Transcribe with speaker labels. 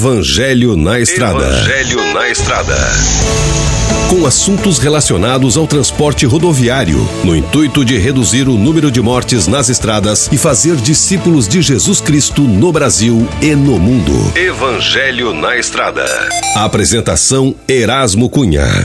Speaker 1: Evangelho na Estrada.
Speaker 2: Evangelho na Estrada.
Speaker 1: Com assuntos relacionados ao transporte rodoviário, no intuito de reduzir o número de mortes nas estradas e fazer discípulos de Jesus Cristo no Brasil e no mundo.
Speaker 2: Evangelho na Estrada.
Speaker 1: Apresentação Erasmo Cunha.